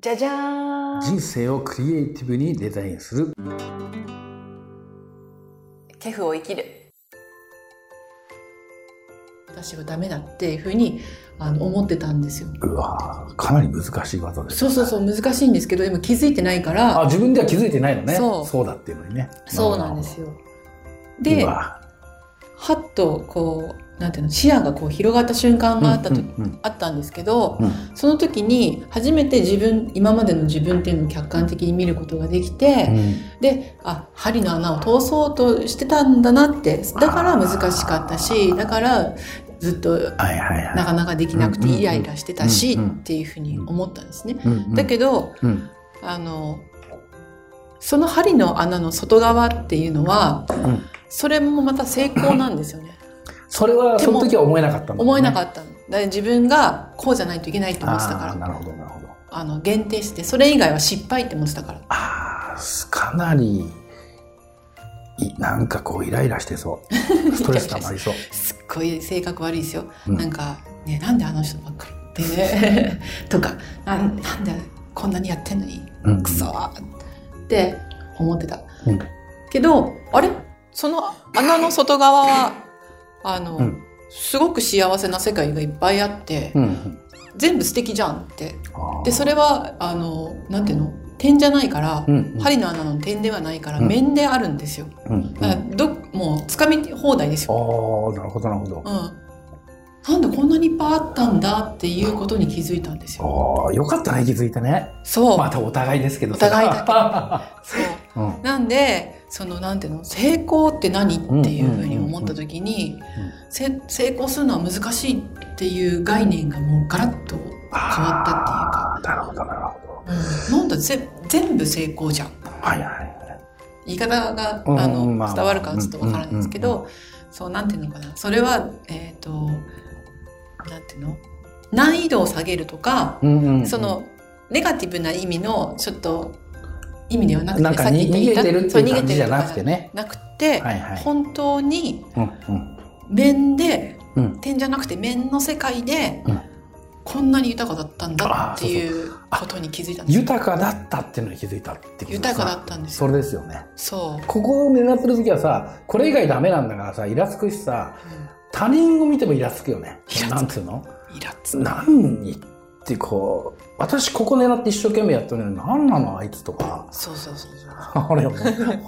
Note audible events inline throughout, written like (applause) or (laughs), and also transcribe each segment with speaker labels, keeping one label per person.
Speaker 1: じゃじゃーん
Speaker 2: 人生をクリエイティブにデザインする
Speaker 1: ケフを生きる
Speaker 3: 私はダメだっていうふうにあの思ってたんですよ。
Speaker 2: うわーかなり難しい技です、
Speaker 3: そうそうそう難しいんですけどでも気づいてないか
Speaker 2: あ
Speaker 3: ら
Speaker 2: 自分では気づいてないのね
Speaker 3: そう
Speaker 2: だっていうのにね
Speaker 3: そうなんです
Speaker 2: よ
Speaker 3: よ。では
Speaker 2: わ
Speaker 3: っとこうなんていうの視野がこう広がった瞬間があったと、
Speaker 2: うんうん
Speaker 3: あったんですけど
Speaker 2: うんうん
Speaker 3: その時に初めて自分今までの自分っていうのを客観的に見ることができて、であ針の穴を通そうとしてたんだなってだから難しかったしだからずっと
Speaker 2: はいはいはい
Speaker 3: なかなかできなくて
Speaker 2: うんうんうん
Speaker 3: イライラしてたし
Speaker 2: うんうん
Speaker 3: っていうふうに思ったんですね。
Speaker 2: うんうん
Speaker 3: だけど
Speaker 2: うん
Speaker 3: あのその針の穴の外側っていうのは
Speaker 2: うん
Speaker 3: それもまた成功なんですよね。
Speaker 2: それはその時は思えなかったんだ、ね、
Speaker 3: 思えなか
Speaker 2: っ
Speaker 3: ったの。だから自分がこうじゃないといけないって思ってたか
Speaker 2: あー
Speaker 3: ら
Speaker 2: なるほどなるほど
Speaker 3: あの限定してそれ以外は失敗って思ってたから。
Speaker 2: あーかなりいなんかこうイライラして (laughs) そうストレス溜まりそう
Speaker 3: すっごい性格悪いですよ。
Speaker 2: うん
Speaker 3: なんか、ね、なんであの人ばっかりって
Speaker 2: (laughs)
Speaker 3: ねとかなん、なんでこんなにやってんのに、
Speaker 2: うん
Speaker 3: くそーって思ってた。
Speaker 2: うん
Speaker 3: けど、あれその穴の外側は、あの、
Speaker 2: うん
Speaker 3: すごく幸せな世界がいっぱいあって、
Speaker 2: うんうん
Speaker 3: 全部素敵じゃんって。
Speaker 2: あー
Speaker 3: で、それは、あの、なんていうの点じゃないから、
Speaker 2: うんうん
Speaker 3: 針の穴の点ではないから、
Speaker 2: うん
Speaker 3: 面であるんですよ。
Speaker 2: うんうん
Speaker 3: だからど、もう、つかみ放題ですよ
Speaker 2: あ。ーなるほどなるほど
Speaker 3: うん、なんでこんなにいっぱいあったんだっていうことに気づいたんですよ。
Speaker 2: あーよかったね気づいてね
Speaker 3: そう、
Speaker 2: またお互いですけど
Speaker 3: お互いだそう。
Speaker 2: けど、 (laughs) うん
Speaker 3: なんでそのなんていうの成功って何っていうふうに思った時に
Speaker 2: うんうん
Speaker 3: せ成功するのは難しいっていう概念がもうガラッと変わったっ
Speaker 2: あーなるほどなるほど
Speaker 3: ていうか、なんだぜ全部成功じゃん
Speaker 2: はいはい
Speaker 3: 言い方が、
Speaker 2: うん
Speaker 3: あの
Speaker 2: うんまあ
Speaker 3: 伝わるかはちょっとわからないんですけど、
Speaker 2: うん
Speaker 3: そうなんていうのかなそれはえっ、となんていうの難易度を下げるとか、
Speaker 2: うんうんうん
Speaker 3: そのネガティブな意味のちょっと意味ではなくて
Speaker 2: なんか
Speaker 3: さっき
Speaker 2: に逃
Speaker 3: 言
Speaker 2: げ
Speaker 3: った
Speaker 2: てるって
Speaker 3: そう
Speaker 2: いう
Speaker 3: 逃げ
Speaker 2: 感
Speaker 3: て
Speaker 2: じ
Speaker 3: る
Speaker 2: じ
Speaker 3: と
Speaker 2: ゃ
Speaker 3: か
Speaker 2: なくてね
Speaker 3: なくて、
Speaker 2: はいはい
Speaker 3: 本当に
Speaker 2: うんうん
Speaker 3: 面で
Speaker 2: うん
Speaker 3: 点じゃなくて面の世界で、
Speaker 2: うん
Speaker 3: こんなに豊かだったんだって
Speaker 2: あ
Speaker 3: いうことに気づいたんですよ
Speaker 2: 豊かだったっていうのに気づいたってことですね
Speaker 3: 豊かだったんです
Speaker 2: そ
Speaker 3: よ
Speaker 2: れですよね
Speaker 3: そう
Speaker 2: ここを狙ってる時はさこれ以外ダメなんだからさイラつくしさ他人を見てもイラつくよね
Speaker 3: イラつく
Speaker 2: なんつうの
Speaker 3: イラつ
Speaker 2: 何にってこう私ここ狙って一生懸命やってるのに何なのあいつとか
Speaker 3: そうそうそうそう
Speaker 2: (laughs) あるよね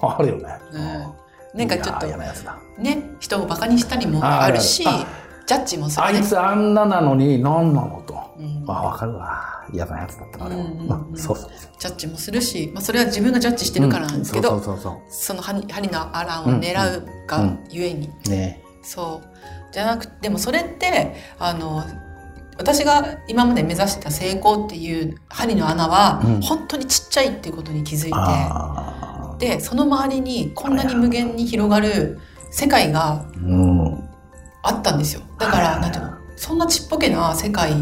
Speaker 2: あるよね、
Speaker 3: うんなんかちょっ
Speaker 2: いや嫌なやつだ
Speaker 3: とね人をバカにしたりもあるし
Speaker 2: あるある
Speaker 3: ジャッジもす
Speaker 2: あ
Speaker 3: る
Speaker 2: い
Speaker 3: ね
Speaker 2: つあんななのに何なのと、
Speaker 3: うん
Speaker 2: あわかるわ嫌なやつだったなでも、
Speaker 3: うんうんうん
Speaker 2: あそうそうそう
Speaker 3: ジャッジもするし、まあ、それは自分がジャッジしてるからなんですけど、
Speaker 2: うんそうそうそ
Speaker 3: その針針のアランを狙うがゆえに、
Speaker 2: うね
Speaker 3: そうじゃなくでもそれってあの私が今まで目指してた成功っていう針の穴は、
Speaker 2: うん
Speaker 3: 本当にちっちゃいっていうことに気づい
Speaker 2: ああ
Speaker 3: てでその周りにこんなに無限に広がる世界が
Speaker 2: うん
Speaker 3: あったんですよだか
Speaker 2: は
Speaker 3: ら
Speaker 2: い
Speaker 3: なんていうのそんなちっぽけな世界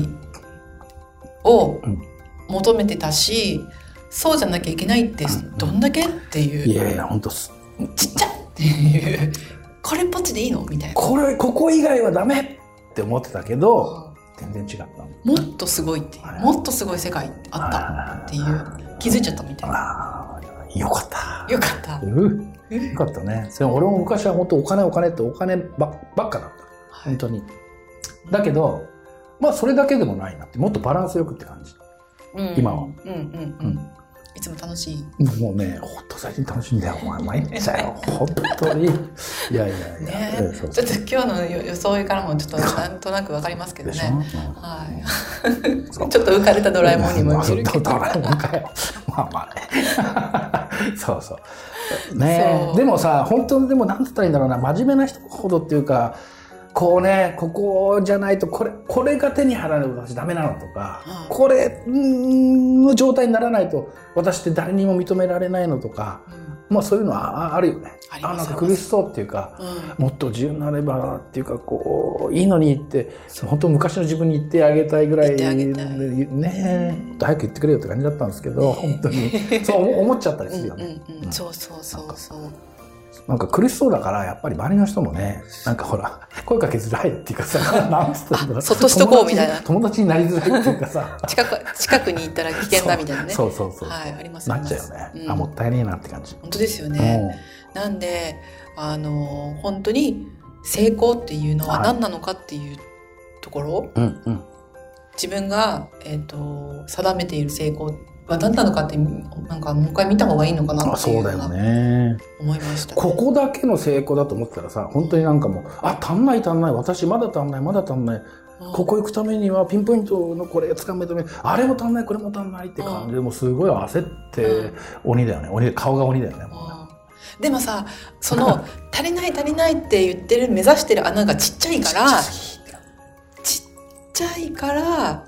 Speaker 3: を
Speaker 2: うん
Speaker 3: 求めてたしそうじゃなきゃいけないってどんだけっていう。
Speaker 2: いやいや本当す
Speaker 3: ちっちゃっていう (laughs) これっぽっちでいいのみたいな
Speaker 2: これここ以外はダメって思ってたけど
Speaker 3: も
Speaker 2: 全然違ったの
Speaker 3: っとすごいっていう
Speaker 2: はい
Speaker 3: もっとすごい世界あったっていう気づいちゃったみたいな
Speaker 2: ああよかった
Speaker 3: よかった
Speaker 2: うんよかったねそれ俺も昔は本当お金お金ってお金ばばっかだった
Speaker 3: は
Speaker 2: 本
Speaker 3: い
Speaker 2: 当にだけどまあそれだけでもないなってもっとバランスよくって感じ
Speaker 3: うん
Speaker 2: 今
Speaker 3: う
Speaker 2: は
Speaker 3: んうんうんいつも楽しい
Speaker 2: もうね、ほんと最近楽しいんだよ、お前、毎日だ (laughs) よ、本当に。いやいやいや、
Speaker 3: ね
Speaker 2: うんそう
Speaker 3: ち
Speaker 2: そ
Speaker 3: ょ
Speaker 2: う
Speaker 3: っと今日のよ装いからもちょ
Speaker 2: (laughs)
Speaker 3: っとなんとなくわかりますけど
Speaker 2: でしょ、
Speaker 3: ね
Speaker 2: うん
Speaker 3: は (laughs)
Speaker 2: そ
Speaker 3: い
Speaker 2: う
Speaker 3: ちょっと浮かれたドラえもんにも見えるけど
Speaker 2: ドラえもんかよ。 (laughs) まあまあね。 (laughs) そうそう。ね
Speaker 3: そ
Speaker 2: え
Speaker 3: う
Speaker 2: でもさ、本当にでもなんつったらいいんだろうな、真面目な人ほどっていうか、こうね、ここじゃないと、これ、これが手に入らないと私ダメなのとか、
Speaker 3: うん
Speaker 2: これうーんの状態にならないと私って誰にも認められないのとか、
Speaker 3: うん
Speaker 2: まあそういうのはああるよね。
Speaker 3: あります
Speaker 2: なんか
Speaker 3: あり
Speaker 2: 苦
Speaker 3: ま
Speaker 2: しそうっていうか、
Speaker 3: うん
Speaker 2: もっと自由になればっていうか、こう、いいのにって、本当昔の自分に言ってあげたいぐらい、
Speaker 3: 言ってあげたい
Speaker 2: ねえ、もっと早く言ってくれよって感じだったんですけど、
Speaker 3: ねえ
Speaker 2: 本当に。そう思思っちゃったりするよ
Speaker 3: うん
Speaker 2: ね。
Speaker 3: うんうんそうそうそうそう
Speaker 2: なんか苦しそうだから、やっぱり周りの人もね、なんかほら、声かけづらいっていう
Speaker 3: (laughs)
Speaker 2: かさ、なんつったんだろう
Speaker 3: あそっとしとこうみたいな。
Speaker 2: 友達に友達になりづらいっていうかさ
Speaker 3: 近く近くに行ったら危険だみたいなね
Speaker 2: そうそうそうそう。
Speaker 3: はいあります
Speaker 2: な
Speaker 3: あり
Speaker 2: っ
Speaker 3: ま
Speaker 2: ち
Speaker 3: す
Speaker 2: ゃうよね。
Speaker 3: うん
Speaker 2: あ、もったいねえなって感じ。
Speaker 3: 本当ですよね、なんであの本当に成功っていうのは
Speaker 2: はい
Speaker 3: 何なのかっていうところ、
Speaker 2: うん。うんうん。
Speaker 3: 自分が、えっと定めている成功は何なのかってなんかもう一回見た方がいいのかな
Speaker 2: あ、
Speaker 3: ってい
Speaker 2: そううだ
Speaker 3: のは
Speaker 2: よね。
Speaker 3: 思いました、
Speaker 2: ここだけの成功だと思ってたらさ、本当になんかもう、あ、足んない足んない、私まだ足んない、まだ足んない、
Speaker 3: うん
Speaker 2: ここ行くためにはピンポイントのこれ掴めためあれも足んない、これも足んないって感じで、もうすごい焦って
Speaker 3: う、
Speaker 2: 鬼だよね。鬼で、顔が鬼だよね。もうね
Speaker 3: うんでもさその (laughs) 足りない足りないって言ってる目指してる穴がちっちゃい
Speaker 2: (laughs)
Speaker 3: からちっちゃいから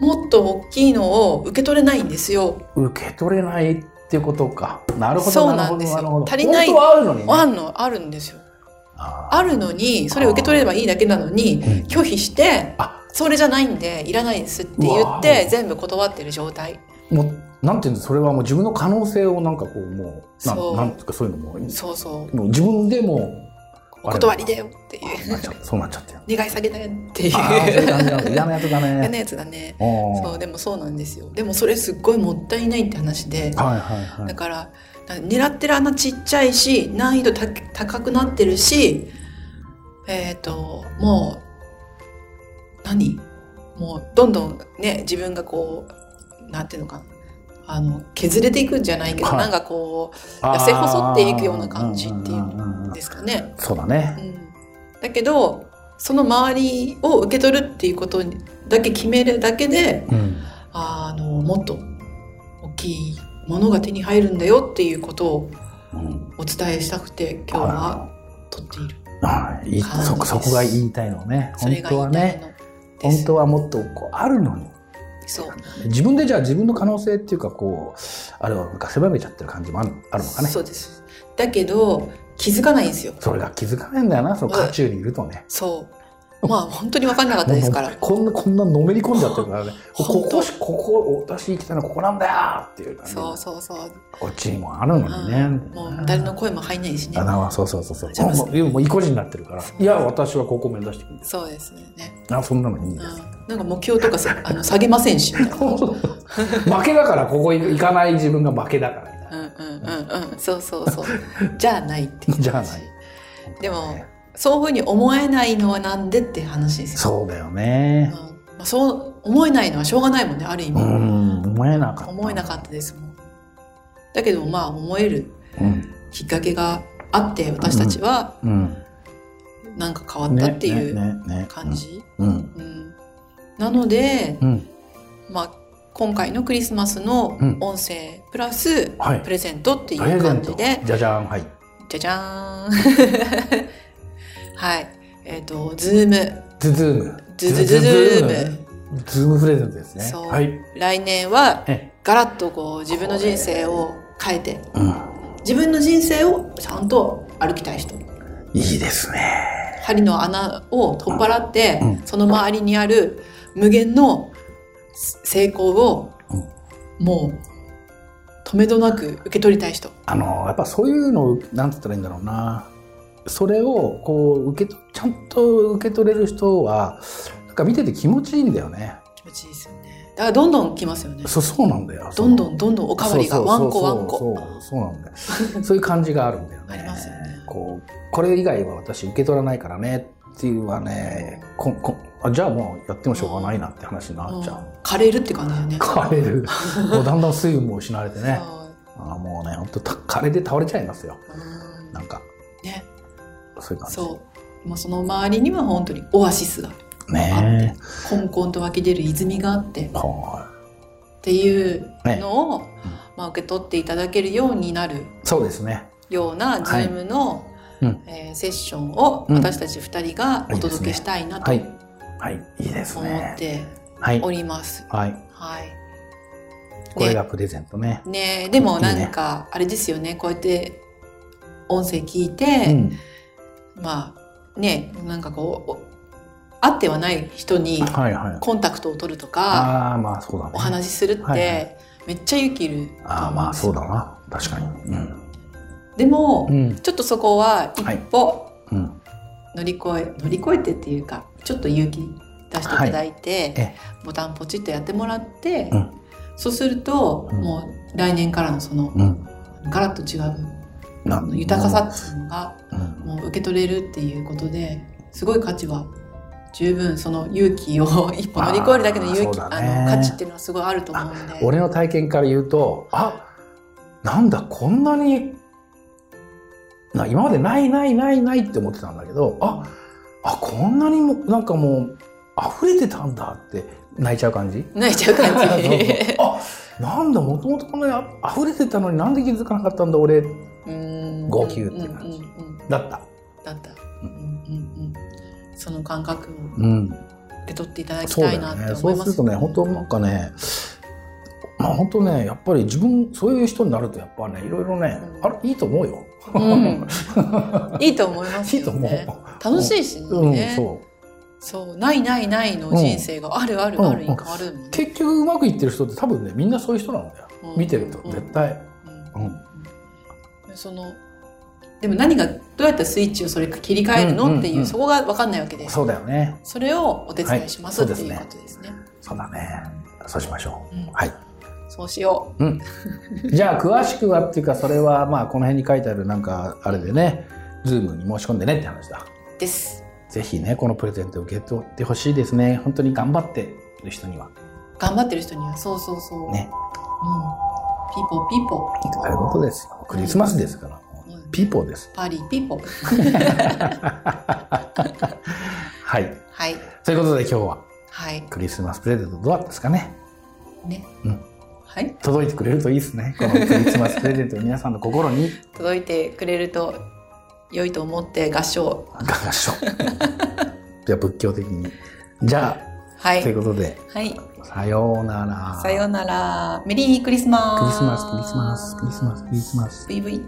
Speaker 3: もっと大きいのを受け取れないんですよ。
Speaker 2: 受け取れないってことか。なるほ
Speaker 3: そ
Speaker 2: ど、
Speaker 3: うなん
Speaker 2: なるほ
Speaker 3: で
Speaker 2: ど、
Speaker 3: すよ
Speaker 2: なるほど。
Speaker 3: 足りない
Speaker 2: 本当はあるのにね。
Speaker 3: あるのあるんですよ。
Speaker 2: あ
Speaker 3: あるのにそれを受け取れればいいだけなのに
Speaker 2: うん
Speaker 3: 拒否して
Speaker 2: あ
Speaker 3: それじゃないんでいらないですって言っ
Speaker 2: うわ
Speaker 3: て
Speaker 2: ー
Speaker 3: 全部断ってる状態。
Speaker 2: ーもう、なんていうんですそれはもう自分の可能性をなんかこう、もう、な
Speaker 3: そうん
Speaker 2: なんていうかそういうのも、
Speaker 3: そうそう
Speaker 2: もう自分でも、
Speaker 3: お断りだよっていう
Speaker 2: なっちゃうそうなっちゃってる。
Speaker 3: 願い下げだよっていう
Speaker 2: ああ、
Speaker 3: (laughs)
Speaker 2: そういう感じなんだ。嫌なやつだね。
Speaker 3: 嫌なやつだね。
Speaker 2: おー
Speaker 3: そうでもそうなんですよでもそれすっごいもったいないって話で、
Speaker 2: はいはいは
Speaker 3: だ
Speaker 2: い。
Speaker 3: からだ狙ってる穴ちっちゃいし難易度た高くなってるしえっ、ともう何もうどんどんね自分がこうなんていうのかなあの削れていくんじゃないけど、
Speaker 2: はい
Speaker 3: なんかこ痩せ細っていくような感じっていうん
Speaker 2: ん
Speaker 3: う
Speaker 2: うん
Speaker 3: ですかね、
Speaker 2: そうだ
Speaker 3: う
Speaker 2: ね。
Speaker 3: ん、だけどその周りを受け取るっていうことにだけ決めるだけで
Speaker 2: うん。
Speaker 3: あのもっと大きいものが手に入るんだよっていうことを
Speaker 2: うん
Speaker 3: お伝えしたくて今日は撮っている。
Speaker 2: はいいい
Speaker 3: 感じ
Speaker 2: そ
Speaker 3: です
Speaker 2: そこが言いたいのね。
Speaker 3: そ
Speaker 2: 本
Speaker 3: れが
Speaker 2: 当
Speaker 3: 言
Speaker 2: はい
Speaker 3: たい
Speaker 2: ね。
Speaker 3: ので
Speaker 2: 本
Speaker 3: す。
Speaker 2: 当はもっとこうあるのに。
Speaker 3: そう
Speaker 2: 自分でじゃあ自分の可能性っていうかこう、あれはなんか狭めちゃってる感じもあるあるのかね。
Speaker 3: そうです。だけど気づかないんですよ。
Speaker 2: それが気づかないんだよな、その
Speaker 3: うん
Speaker 2: 渦中にいるとね。
Speaker 3: そう。まあ本当に分かんなかったです
Speaker 2: (laughs)
Speaker 3: から。
Speaker 2: こんな、こんなのめり込んじゃってるからね。こ
Speaker 3: 本当
Speaker 2: こ、ここ、私生きたのはここなんだよっていう感じ。
Speaker 3: そうそうそう。
Speaker 2: こっちにもあるのにね。
Speaker 3: もう誰の声も入んないしね
Speaker 2: あ。なそうそうそうそう
Speaker 3: じゃあ
Speaker 2: もうもう意固地になってるから
Speaker 3: そう
Speaker 2: いや私はここ目指してくるんです
Speaker 3: そうですね。
Speaker 2: あそんなのいい
Speaker 3: うん
Speaker 2: です、
Speaker 3: なんか目標とか
Speaker 2: (laughs)
Speaker 3: さあの下げませんしみたいな。うん
Speaker 2: そうそう負けだからここ行かない自分が負けだからみたいな、
Speaker 3: うんうんうん。そうそうそう。じゃあないって。
Speaker 2: (laughs) じゃあない。
Speaker 3: でもそういうふうに思えないのはなんでって話ですよ。
Speaker 2: そうだよ
Speaker 3: うん
Speaker 2: ね
Speaker 3: まあ、そう思えないのはしょうがないもんねある意
Speaker 2: う
Speaker 3: 味、
Speaker 2: ん思えなかった
Speaker 3: 思えなかったですもんだけどまあ思える
Speaker 2: うん
Speaker 3: きっかけがあって私たちは
Speaker 2: うん
Speaker 3: なんか変わったってい
Speaker 2: ね
Speaker 3: う
Speaker 2: ねね
Speaker 3: 感じ、
Speaker 2: うん
Speaker 3: うんなので、
Speaker 2: うん
Speaker 3: まあ、今回のクリスマスの音声プラス
Speaker 2: はい
Speaker 3: プレゼントってい
Speaker 2: プレ
Speaker 3: う
Speaker 2: ゼン
Speaker 3: 感
Speaker 2: ト
Speaker 3: じで、
Speaker 2: じゃじゃんはい
Speaker 3: じゃじゃーん (laughs) はいえっ、とズーム
Speaker 2: ズズーム
Speaker 3: ズズズズーム
Speaker 2: ムズームプレゼントですね
Speaker 3: そう
Speaker 2: はい
Speaker 3: 来年は
Speaker 2: え
Speaker 3: ガラッとこう自分の人生を変えて
Speaker 2: うん
Speaker 3: 自分の人生をちゃんと歩きたい人
Speaker 2: いいですね
Speaker 3: 針の穴を取っ払って、
Speaker 2: うん
Speaker 3: その周りにある無限の成功を
Speaker 2: うん
Speaker 3: もう止めどなく受け取りたい人
Speaker 2: あのやっぱそういうのをなんて言ったらいいんだろうなそれをこう受けとちゃんと受け取れる人はなんか見てて気持ちいいんだよね
Speaker 3: 気持ちいいですよねだからどんどん来ますよね
Speaker 2: そうそうなんだよ
Speaker 3: どんど
Speaker 2: ん
Speaker 3: んどんどんおかわりがワンコワンコ
Speaker 2: そうそうなんだよ (laughs) そういう感じがあるんだよね
Speaker 3: ありますよね
Speaker 2: こうこれ以外は私受け取らないからねっていうはねここあじゃあもうやってもしょうがないなって話になっちゃう、
Speaker 3: 枯れるって感じだよね
Speaker 2: (laughs) 枯
Speaker 3: (laughs)
Speaker 2: れるもうだんだん水分も失われてね
Speaker 3: そう
Speaker 2: あもうね本当枯れで倒れちゃいますよ
Speaker 3: うん
Speaker 2: なんか
Speaker 3: ね
Speaker 2: そういう感じ
Speaker 3: そうもうその周りには本当にオアシスが
Speaker 2: ね
Speaker 3: コンコンと湧き出る泉があって
Speaker 2: えは
Speaker 3: っていうのを、
Speaker 2: うん
Speaker 3: まあ、受け取っていただけるようになる
Speaker 2: いそうですね
Speaker 3: ような
Speaker 2: はい
Speaker 3: Zoom の、
Speaker 2: うん
Speaker 3: えーセッションを
Speaker 2: うん
Speaker 3: 私たち2人がお届けしたいなと
Speaker 2: は
Speaker 3: 思
Speaker 2: いはいいいです
Speaker 3: っ
Speaker 2: ね
Speaker 3: て
Speaker 2: はい
Speaker 3: おります。
Speaker 2: はい
Speaker 3: はい
Speaker 2: これがプレゼントね
Speaker 3: ねでもなんかあれですよねこうやって音声聞い
Speaker 2: うん
Speaker 3: て、まあねなんかこうお会ってはない人に
Speaker 2: はいはい
Speaker 3: コンタクトを取るとか
Speaker 2: ああまあそうだね
Speaker 3: お話しするって、
Speaker 2: はいは
Speaker 3: めっちゃ勇気いると思うんですよ
Speaker 2: ああまあそうだな確かにうん
Speaker 3: でも、
Speaker 2: うん
Speaker 3: ちょっとそこは一歩
Speaker 2: うん
Speaker 3: 乗り越え、乗り越えてっていうかちょっと勇気出していただいて、
Speaker 2: ええ
Speaker 3: ボタンポチッとやってもらって、
Speaker 2: うん
Speaker 3: そうすると、
Speaker 2: うん
Speaker 3: もう来年からのその
Speaker 2: うん
Speaker 3: ガラッと違う
Speaker 2: な
Speaker 3: あの豊かさっていうのが
Speaker 2: うん
Speaker 3: もう受け取れるっていうことですごい価値は十分その勇気を (laughs) 一歩乗り越えるだけの勇気
Speaker 2: あーそう
Speaker 3: あ、
Speaker 2: だね
Speaker 3: の価値っていうのはすごいあると思うんで
Speaker 2: 俺の体験から言うとあなんだこんなにな今までないないないないって思ってたんだけどああこんなにもなんかもう溢れてたんだって泣いちゃう感じ
Speaker 3: 泣いちゃう (laughs)
Speaker 2: そう (laughs) そう
Speaker 3: 感じ
Speaker 2: あなんだもともとこんなにあ溢れてたのになんで気づかなかったんだ俺
Speaker 3: (laughs) うーん
Speaker 2: 号泣っていう感じ
Speaker 3: んうんうん
Speaker 2: だった
Speaker 3: だった、
Speaker 2: う
Speaker 3: うんんうんうん、その感覚を
Speaker 2: うん
Speaker 3: 受け取っていただき
Speaker 2: そう
Speaker 3: たい
Speaker 2: だよ
Speaker 3: なっ
Speaker 2: ね
Speaker 3: て
Speaker 2: そ
Speaker 3: 思
Speaker 2: う
Speaker 3: います
Speaker 2: るとね本当なんかねまあ本当ねやっぱり自分そういう人になるとやっぱねいろいろね
Speaker 3: うん
Speaker 2: あれいいと思うよ、
Speaker 3: うん (laughs) いいと思います
Speaker 2: いい
Speaker 3: よ
Speaker 2: と思
Speaker 3: ね
Speaker 2: う。
Speaker 3: 楽しいし
Speaker 2: (laughs) うん、
Speaker 3: ね、そう
Speaker 2: そ
Speaker 3: ないないないの人生があるあるあるに変わるもんね
Speaker 2: う結局うまくいってる人って多分ねみんなそういう人なんだよ
Speaker 3: うん
Speaker 2: 見てると絶対
Speaker 3: うん
Speaker 2: うん、
Speaker 3: そのでも何がどうやってスイッチをそれ切り替える
Speaker 2: うんうんう
Speaker 3: の
Speaker 2: ん
Speaker 3: っていうそこが分かんないわけです
Speaker 2: そうだよね
Speaker 3: それをお手伝いします
Speaker 2: は
Speaker 3: っ
Speaker 2: い
Speaker 3: て
Speaker 2: そう
Speaker 3: い
Speaker 2: で
Speaker 3: う
Speaker 2: す
Speaker 3: こ
Speaker 2: ね
Speaker 3: とですね,、
Speaker 2: そうだねそうしましょう、
Speaker 3: うん
Speaker 2: はい
Speaker 3: そうしよ
Speaker 2: じゃあ詳しくはっていうかそれはまあこの辺に書いてあるなんかあれでねズームに申し込んでねって話
Speaker 3: う
Speaker 2: だ
Speaker 3: です
Speaker 2: ぜひねこのプレゼント受け取ってほしいですね本当に頑張ってる人には
Speaker 3: 頑張ってる人にはそうそうそう、うん、
Speaker 2: ね
Speaker 3: ピーポーピーポ
Speaker 2: そういうことですよクリスマスですから
Speaker 3: ー、うん
Speaker 2: ピーポーです
Speaker 3: パリピーポー
Speaker 2: はい
Speaker 3: はい
Speaker 2: ということで今日は
Speaker 3: はい
Speaker 2: クリスマスプレゼントどうだったですかね
Speaker 3: ね、
Speaker 2: うん
Speaker 3: はい
Speaker 2: 届いてくれるといいですねこのクリスマスプレゼントが皆さんの心に
Speaker 3: 届いてくれると良いと思って合唱
Speaker 2: 合唱 (laughs) じゃあ仏教的にじゃ
Speaker 3: は
Speaker 2: あ、という
Speaker 3: い
Speaker 2: ことで
Speaker 3: はい
Speaker 2: さようなら
Speaker 3: さようならメリークリスマス
Speaker 2: クリスマスクリスマスクリスマスクリスマス
Speaker 3: ブイブイ